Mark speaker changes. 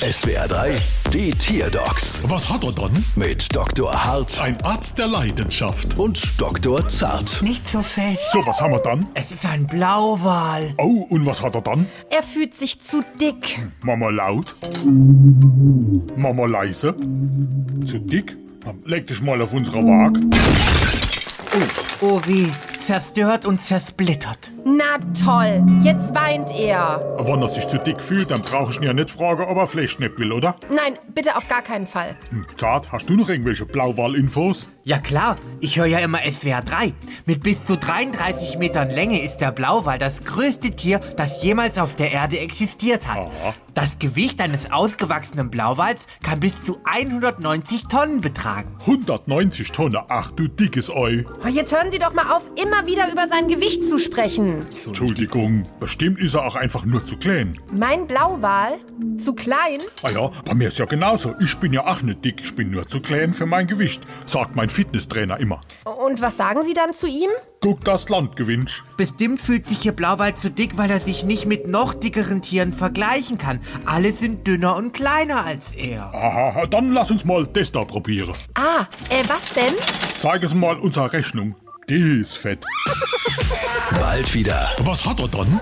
Speaker 1: SWR 3, die Tierdocs
Speaker 2: Was hat er dann?
Speaker 1: mit Dr. Hart
Speaker 2: Ein Arzt der Leidenschaft.
Speaker 1: und Dr. Zart.
Speaker 3: Nicht so fest.
Speaker 2: So, was haben wir dann?
Speaker 3: Es ist ein Blauwal.
Speaker 2: Oh, und was hat er dann?
Speaker 4: Er fühlt sich zu dick.
Speaker 2: Mama laut. Mama leise. Zu dick. Leg dich mal auf unsere Waage.
Speaker 3: Oh wie. Zerstört und zersplittert.
Speaker 4: Na toll, jetzt weint er.
Speaker 2: Wenn er sich zu dick fühlt, dann brauche ich ihn ja nicht fragen, ob er Fleischschnepp will, oder?
Speaker 4: Nein, bitte auf gar keinen Fall.
Speaker 2: Hm, Zart, hast du noch irgendwelche Blauwal-Infos?
Speaker 3: Ja klar, ich höre ja immer SWR 3. Mit bis zu 33 Metern Länge ist der Blauwal das größte Tier, das jemals auf der Erde existiert hat.
Speaker 2: Aha.
Speaker 3: Das Gewicht eines ausgewachsenen Blauwals kann bis zu 190 Tonnen betragen.
Speaker 2: 190 Tonnen, ach du dickes Ei.
Speaker 4: Oh, Jetzt hören Sie doch mal auf, immer wieder über sein Gewicht zu sprechen.
Speaker 2: Entschuldigung, bestimmt ist er auch einfach nur zu klein.
Speaker 4: Mein Blauwal? Zu klein?
Speaker 2: Ah ja, bei mir ist ja genauso. Ich bin ja auch nicht dick, ich bin nur zu klein für mein Gewicht, sagt mein Fitnesstrainer immer.
Speaker 4: Und was sagen Sie dann zu ihm?
Speaker 2: Guck das Landgewinsch.
Speaker 3: Bestimmt fühlt sich hier Blauwal zu dick, weil er sich nicht mit noch dickeren Tieren vergleichen kann. Alle sind dünner und kleiner als er.
Speaker 2: Aha, dann lass uns mal das da probieren.
Speaker 4: Ah, äh, was denn?
Speaker 2: Zeig es mal unserer Rechnung. Die ist fett.
Speaker 1: Bald wieder.
Speaker 2: Was hat er dann?